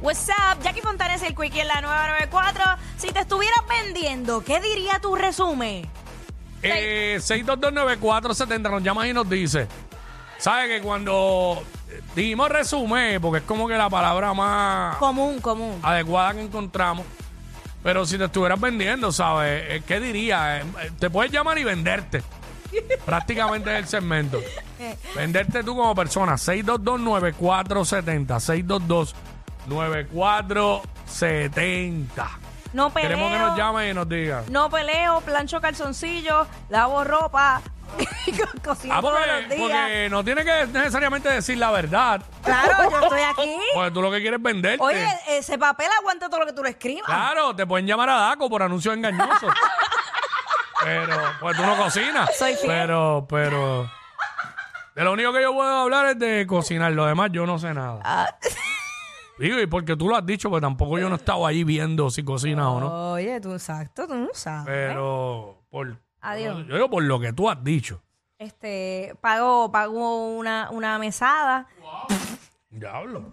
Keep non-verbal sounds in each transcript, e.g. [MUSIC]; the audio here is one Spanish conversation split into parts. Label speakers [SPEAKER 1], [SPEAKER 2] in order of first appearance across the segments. [SPEAKER 1] What's up? Jackie Fontana es el Quickie en la 994. Si te estuvieras vendiendo, ¿qué diría tu resumen?
[SPEAKER 2] Eh, 6229470 nos llamas y nos dice. ¿Sabes que cuando eh, dijimos resumen, porque es como que la palabra más
[SPEAKER 1] Común, común.
[SPEAKER 2] adecuada que encontramos, pero si te estuvieras vendiendo, ¿sabes? Eh, ¿Qué diría? Eh, eh, Te puedes llamar y venderte. Prácticamente es el segmento. Venderte tú como persona. 6229470. 6229470.
[SPEAKER 1] No peleo.
[SPEAKER 2] Queremos que nos llamen y nos digan.
[SPEAKER 1] No peleo, plancho calzoncillos, lavo ropa, [LAUGHS] co- cocino
[SPEAKER 2] Ah, porque,
[SPEAKER 1] todos los días.
[SPEAKER 2] porque no tiene que necesariamente decir la verdad.
[SPEAKER 1] Claro, yo estoy aquí.
[SPEAKER 2] Porque tú lo que quieres es venderte.
[SPEAKER 1] Oye, ese papel aguanta todo lo que tú le escribas.
[SPEAKER 2] Claro, te pueden llamar a Daco por
[SPEAKER 1] [LAUGHS]
[SPEAKER 2] anuncios engañosos. pero, pues tú no cocinas.
[SPEAKER 1] Soy fiel.
[SPEAKER 2] Pero, pero. De lo único que yo puedo hablar es de cocinar. Lo demás, yo no sé nada.
[SPEAKER 1] Ah.
[SPEAKER 2] Digo, y porque tú lo has dicho, pues tampoco yo no he estado ahí viendo si cocina
[SPEAKER 1] Oh.
[SPEAKER 2] o no.
[SPEAKER 1] Oye, tú exacto, tú no sabes.
[SPEAKER 2] Pero, por.
[SPEAKER 1] Adiós.
[SPEAKER 2] Yo digo por lo que tú has dicho.
[SPEAKER 1] Este, pago, pago una, una mesada. [LAUGHS]
[SPEAKER 2] Diablo.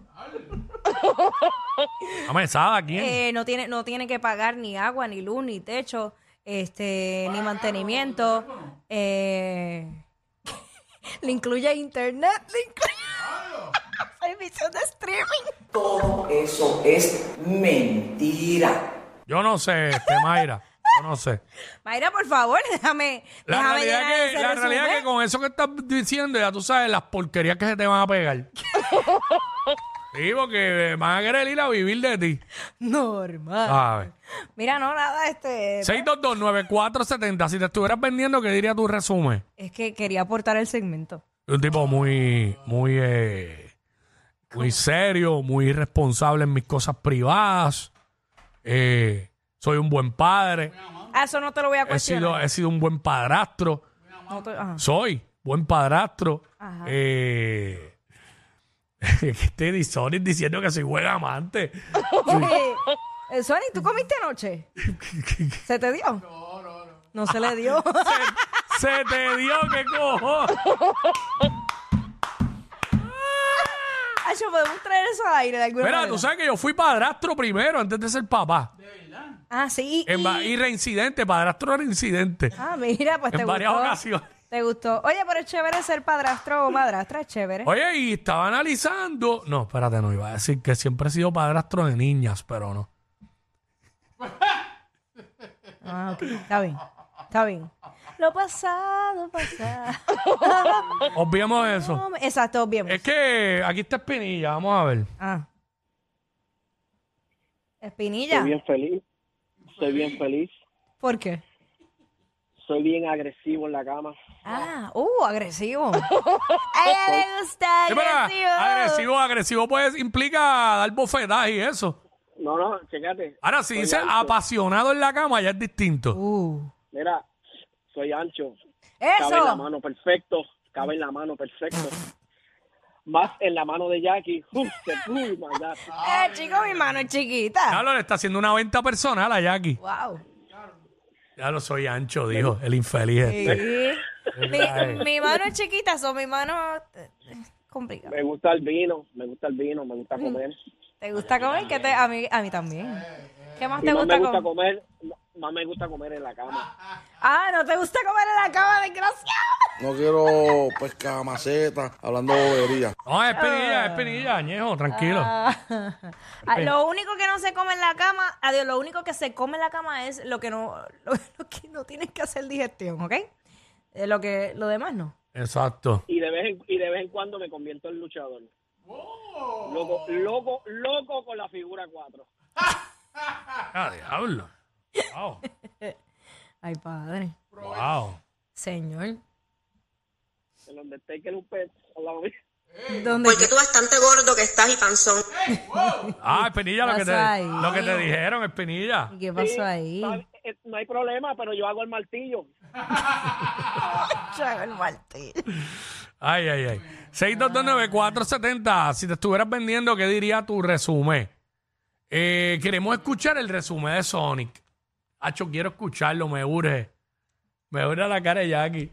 [SPEAKER 2] La mesada, ¿quién?
[SPEAKER 1] Eh, no tiene, no tiene que pagar ni agua, ni luz, ni techo, este, ni mantenimiento. Eh, [LAUGHS] le incluye internet, le incluye [LAUGHS] servicios de streaming.
[SPEAKER 3] Todo eso es mentira.
[SPEAKER 2] Yo no sé, este, Mayra. Yo no sé.
[SPEAKER 1] Mayra, por favor, [LAUGHS] déjame,
[SPEAKER 2] La
[SPEAKER 1] déjame
[SPEAKER 2] realidad,
[SPEAKER 1] llenar
[SPEAKER 2] que,
[SPEAKER 1] ese
[SPEAKER 2] la realidad
[SPEAKER 1] resumen.
[SPEAKER 2] que con eso que estás diciendo, ya tú sabes las porquerías que se te van
[SPEAKER 1] [LAUGHS]
[SPEAKER 2] a pegar. sí, porque eh, van a querer ir a vivir de ti.
[SPEAKER 1] Normal.
[SPEAKER 2] ¿sabes?
[SPEAKER 1] Mira, no, nada, este...
[SPEAKER 2] 6229470. Si te estuvieras vendiendo, ¿qué diría tu resumen?
[SPEAKER 1] Es que quería aportar el segmento.
[SPEAKER 2] Un tipo muy, muy, eh, muy serio, muy responsable en mis cosas privadas. Eh, soy un buen padre.
[SPEAKER 1] Ah, eso no te lo voy a
[SPEAKER 2] He sido,
[SPEAKER 1] cuestionar.
[SPEAKER 2] he sido un buen padrastro.
[SPEAKER 1] No te- ah. ajá.
[SPEAKER 2] Soy buen padrastro.
[SPEAKER 1] Ajá.
[SPEAKER 2] Eh, [LAUGHS] que este Dishonored diciendo que soy buen amante.
[SPEAKER 1] [LAUGHS]
[SPEAKER 2] [LAUGHS]
[SPEAKER 1] Eh, Sony, ¿tú comiste anoche? ¿Se te dio? No, no, no. No se le dio.
[SPEAKER 2] [LAUGHS] Se te dio que cojo.
[SPEAKER 1] Acho, podemos traer eso al aire de alguna
[SPEAKER 2] Mira,
[SPEAKER 1] manera.
[SPEAKER 2] tú sabes que yo fui padrastro primero antes de ser papá.
[SPEAKER 1] Ah, sí.
[SPEAKER 2] En va-
[SPEAKER 1] y-
[SPEAKER 2] y reincidente, padrastro reincidente.
[SPEAKER 1] [LAUGHS] Ah, mira, pues
[SPEAKER 2] en
[SPEAKER 1] te gustó.
[SPEAKER 2] varias ocasiones.
[SPEAKER 1] Te gustó. Oye, pero es chévere ser padrastro o madrastra, es chévere.
[SPEAKER 2] Oye, y estaba analizando. No, espérate, no iba a decir que siempre he sido padrastro de niñas, pero no.
[SPEAKER 1] Ah, ok. Está bien. Está bien. Lo pasado, pasado.
[SPEAKER 2] Obviemos eso. Eh.
[SPEAKER 1] Exacto, obviamente.
[SPEAKER 2] Es que aquí está Espinilla, vamos a ver.
[SPEAKER 1] Ah. Espinilla.
[SPEAKER 4] Soy bien feliz. Soy bien feliz.
[SPEAKER 1] ¿Por qué?
[SPEAKER 4] Soy bien agresivo en la cama.
[SPEAKER 1] Ah, uh,
[SPEAKER 4] [LAUGHS]
[SPEAKER 1] agresivo. A ella le gusta
[SPEAKER 2] Sí, pero
[SPEAKER 1] agresivo.
[SPEAKER 2] agresivo, agresivo, pues implica dar bofetadas y eso.
[SPEAKER 4] No, no, checate.
[SPEAKER 2] Ahora, si
[SPEAKER 4] Soy
[SPEAKER 2] dice
[SPEAKER 4] alto.
[SPEAKER 2] apasionado en la cama, ya es distinto.
[SPEAKER 1] Uh.
[SPEAKER 4] Mira, soy ancho. Cabe en la
[SPEAKER 1] Eso.
[SPEAKER 4] mano perfecto. Cabe en la mano perfecto. Más en la mano de Jackie. Uf, se uy, maldad.
[SPEAKER 1] Eh, chico, mi mano es chiquita.
[SPEAKER 2] Claro, le está haciendo una venta personal a Jackie.
[SPEAKER 1] Wow.
[SPEAKER 2] Ya lo soy ancho, dijo el infeliz. este.
[SPEAKER 1] mi, mi mano es chiquita, so mi mano eh, es complicada.
[SPEAKER 4] Me gusta el vino. Me gusta el vino. Me
[SPEAKER 1] Mm.
[SPEAKER 4] gusta comer.
[SPEAKER 1] ¿Te gusta comer? Que te, a, mí, a mí también. ¿Qué más
[SPEAKER 4] Y
[SPEAKER 1] te
[SPEAKER 4] más me
[SPEAKER 1] gusta
[SPEAKER 4] gusta
[SPEAKER 1] comer?
[SPEAKER 4] comer. Más me gusta comer en la cama.
[SPEAKER 1] Ah, no te gusta comer en la cama, desgraciado.
[SPEAKER 5] No quiero pescar maceta hablando bobería.
[SPEAKER 2] No, es Espinilla, es Espinilla, añejo, tranquilo.
[SPEAKER 1] Ah, lo único que no se come en la cama, adiós, lo único que se come en la cama es lo que no, [LAUGHS] lo, lo que no tienes que hacer digestión, ¿ok? Eh, lo que, lo demás no.
[SPEAKER 2] Exacto.
[SPEAKER 4] Y de, vez en, y de vez en cuando me convierto en luchador. Loco, loco, loco con la figura 4.
[SPEAKER 2] Ah, diablo. Wow.
[SPEAKER 1] Ay, padre.
[SPEAKER 2] wow.
[SPEAKER 1] Señor.
[SPEAKER 4] El Undertaker es un pez.
[SPEAKER 1] ¿Dónde
[SPEAKER 6] Porque tú bastante gordo que estás y panzón.
[SPEAKER 2] Ah, Espinilla, lo que,
[SPEAKER 1] Pasa
[SPEAKER 2] te,
[SPEAKER 1] ahí.
[SPEAKER 2] lo que te dijeron, Espinilla.
[SPEAKER 1] qué pasó ahí?
[SPEAKER 4] Está- eh, No hay problema, pero yo hago el martillo.
[SPEAKER 1] Chaval Martín.
[SPEAKER 2] Ay, ay, ay. 6229470. Si te estuvieras vendiendo, ¿qué diría tu resumen? Eh, queremos escuchar el resumen de Sonic. Hacho, quiero escucharlo, me urge. Me jura la cara de Jackie.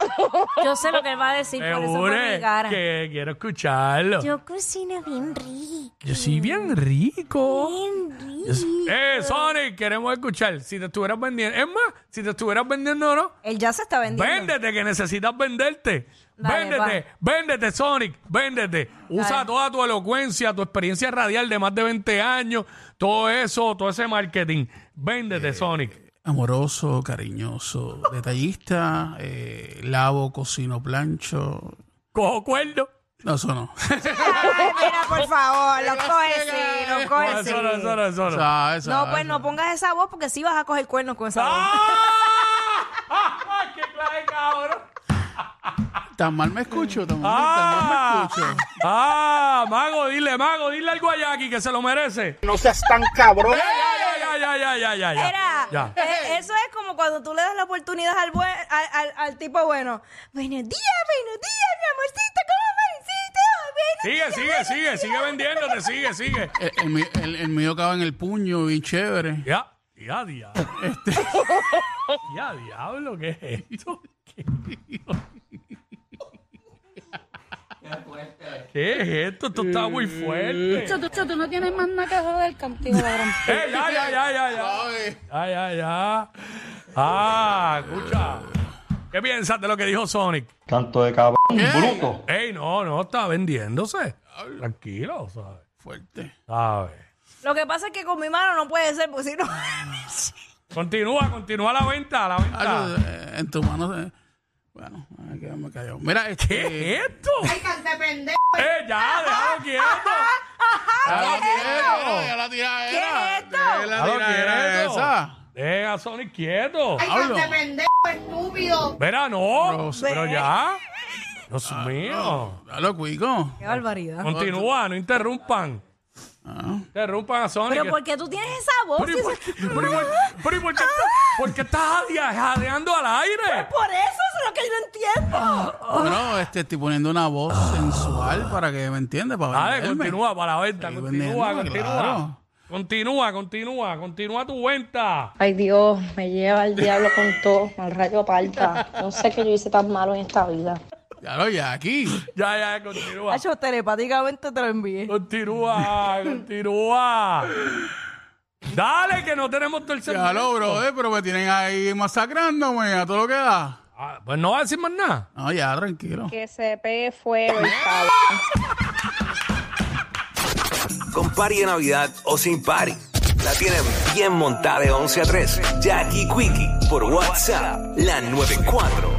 [SPEAKER 1] Yo sé lo que él va a decir,
[SPEAKER 2] Me
[SPEAKER 1] por eso fue mi
[SPEAKER 2] jure
[SPEAKER 1] cara.
[SPEAKER 2] que quiero escucharlo. Yo,
[SPEAKER 7] Yo cocino bien rico.
[SPEAKER 2] soy bien rico.
[SPEAKER 7] Bien rico.
[SPEAKER 2] Yo soy- Eh, Sonic, queremos escuchar. Si te estuvieras vendiendo, es más, si te estuvieras vendiendo o no,
[SPEAKER 1] Él ya se está vendiendo.
[SPEAKER 2] Véndete, que necesitas venderte.
[SPEAKER 1] Dale,
[SPEAKER 2] véndete, véndete, Sonic, véndete. Usa
[SPEAKER 1] Dale.
[SPEAKER 2] toda tu elocuencia, tu experiencia radial de más de 20 años, todo eso, todo ese marketing. Véndete,
[SPEAKER 8] Eh.
[SPEAKER 2] Sonic.
[SPEAKER 9] Amoroso, cariñoso, detallista, eh, lavo, cocino, plancho.
[SPEAKER 2] Cojo cuerdo.
[SPEAKER 9] No, eso no.
[SPEAKER 1] Ay,
[SPEAKER 9] [LAUGHS]
[SPEAKER 1] mira, por favor, los coges sí, los
[SPEAKER 2] No,
[SPEAKER 1] coges
[SPEAKER 2] eso no,
[SPEAKER 1] sí.
[SPEAKER 2] eso no, eso no.
[SPEAKER 9] Esa- esa-
[SPEAKER 1] No, pues no pongas esa voz porque sí vas a coger cuernos con esa voz.
[SPEAKER 2] ¡Ah! [LAUGHS] ¡Qué clase de cabrón!
[SPEAKER 9] Tan mal me escucho, tan mal,
[SPEAKER 2] ¡Ah!
[SPEAKER 9] tan mal me escucho.
[SPEAKER 2] ¡Ah! Mago, dile, Mago, dile algo a Jackie que se lo merece. ¡Eh!
[SPEAKER 8] No seas tan cabrón.
[SPEAKER 2] ¡Ya, ya, ya, ya, ya, ya, ya, ya!
[SPEAKER 1] Era,
[SPEAKER 2] Ya.
[SPEAKER 1] eh, eso es como cuando tú le das la oportunidad al, buen, al, al- al tipo bueno. Buenos días, buenos días, mi amorcito, ¿cómo amaneciste? Buenos
[SPEAKER 2] Sigue,
[SPEAKER 1] días,
[SPEAKER 2] sigue,
[SPEAKER 1] buenos
[SPEAKER 2] sigue,
[SPEAKER 1] días.
[SPEAKER 2] sigue vendiéndote, sigue, sigue.
[SPEAKER 9] El, el mío- Eh, el- el mío acaba en el puño, bien chévere.
[SPEAKER 2] Ya, ya, ya. Ya, diablo, ¿qué es esto? ¿Qué, ¿Qué es esto? Esto está muy fuerte.
[SPEAKER 10] Tú, tú, tú no tienes más nada que joder contigo, cabrón.
[SPEAKER 2] Eh, ya, ya, ya, ya, ya.
[SPEAKER 9] Ay.
[SPEAKER 2] Ya, ya, ya. Ah, escucha. ¿Qué piensas de lo que dijo Sonic?
[SPEAKER 11] Tanto de cabrón bruto.
[SPEAKER 2] Ey, no, no, está vendiéndose. Tranquilo, ¿sabes?
[SPEAKER 9] Fuerte.
[SPEAKER 2] ¿Sabes?
[SPEAKER 1] Lo que pasa es que con mi mano no puede ser, porque si no. [LAUGHS]
[SPEAKER 2] Continúa, continúa la venta, la
[SPEAKER 9] Ah,
[SPEAKER 2] venta.
[SPEAKER 9] eso, eh, en tu mano. eh, Bueno, me quedarme callado. Mira, este.
[SPEAKER 2] ¿Qué es esto? ¡Eh, ya, déjalo quieto!
[SPEAKER 9] Ya la tiré, ya la tiré.
[SPEAKER 1] es
[SPEAKER 9] ¿Qué
[SPEAKER 1] esto?
[SPEAKER 9] La
[SPEAKER 2] Déjalo
[SPEAKER 9] tiré
[SPEAKER 2] quieto.
[SPEAKER 9] esa.
[SPEAKER 2] Deja a Sonic quieto.
[SPEAKER 9] Hablo.
[SPEAKER 10] estúpido.
[SPEAKER 2] Verá, no.
[SPEAKER 9] Grosso.
[SPEAKER 2] Pero ya. Dios mío.
[SPEAKER 9] Hablo, cuico.
[SPEAKER 1] Qué barbaridad.
[SPEAKER 2] Continúa, no interrumpan. Ah. Interrumpan a Sonic.
[SPEAKER 1] Pero ¿por qué tú tienes esa voz?
[SPEAKER 2] Pero ¿y
[SPEAKER 1] Si
[SPEAKER 2] por
[SPEAKER 1] eso- Ah.
[SPEAKER 2] qué- pero ¿y por qué- pero ¿y por qué está- por qué estás jadea- jadeando al
[SPEAKER 1] [LAUGHS]
[SPEAKER 2] aire?
[SPEAKER 1] Por eso es lo que yo no entiendo.
[SPEAKER 9] Bueno, este, estoy poniendo una voz sensual para que me entiendas. Para
[SPEAKER 2] Dale,
[SPEAKER 9] venderme.
[SPEAKER 2] continúa para la venta.
[SPEAKER 9] Estoy
[SPEAKER 2] Continúa,
[SPEAKER 9] vendiendo,
[SPEAKER 2] continúa.
[SPEAKER 9] claro.
[SPEAKER 2] Continúa, continúa, continúa tu venta.
[SPEAKER 10] Ay, Dios, me lleva el diablo con todo, al rayo aparta. No sé qué yo hice tan malo en esta vida.
[SPEAKER 9] Ya lo ya aquí.
[SPEAKER 2] Ya, ya, continúa.
[SPEAKER 1] Hacho, telepáticamente te lo envié.
[SPEAKER 2] Continúa, continúa. Dale, que no tenemos tercer
[SPEAKER 9] Ya lo, brother, pero me tienen ahí masacrándome a todo lo que da.
[SPEAKER 2] Ah, pues no va a decir más nada.
[SPEAKER 9] No, ya, tranquilo.
[SPEAKER 10] Que se pegue fuego el cabrón.
[SPEAKER 12] Con party de Navidad o sin party. La tienen bien montada de 11 a 3. Jackie Quickie por WhatsApp. La 94.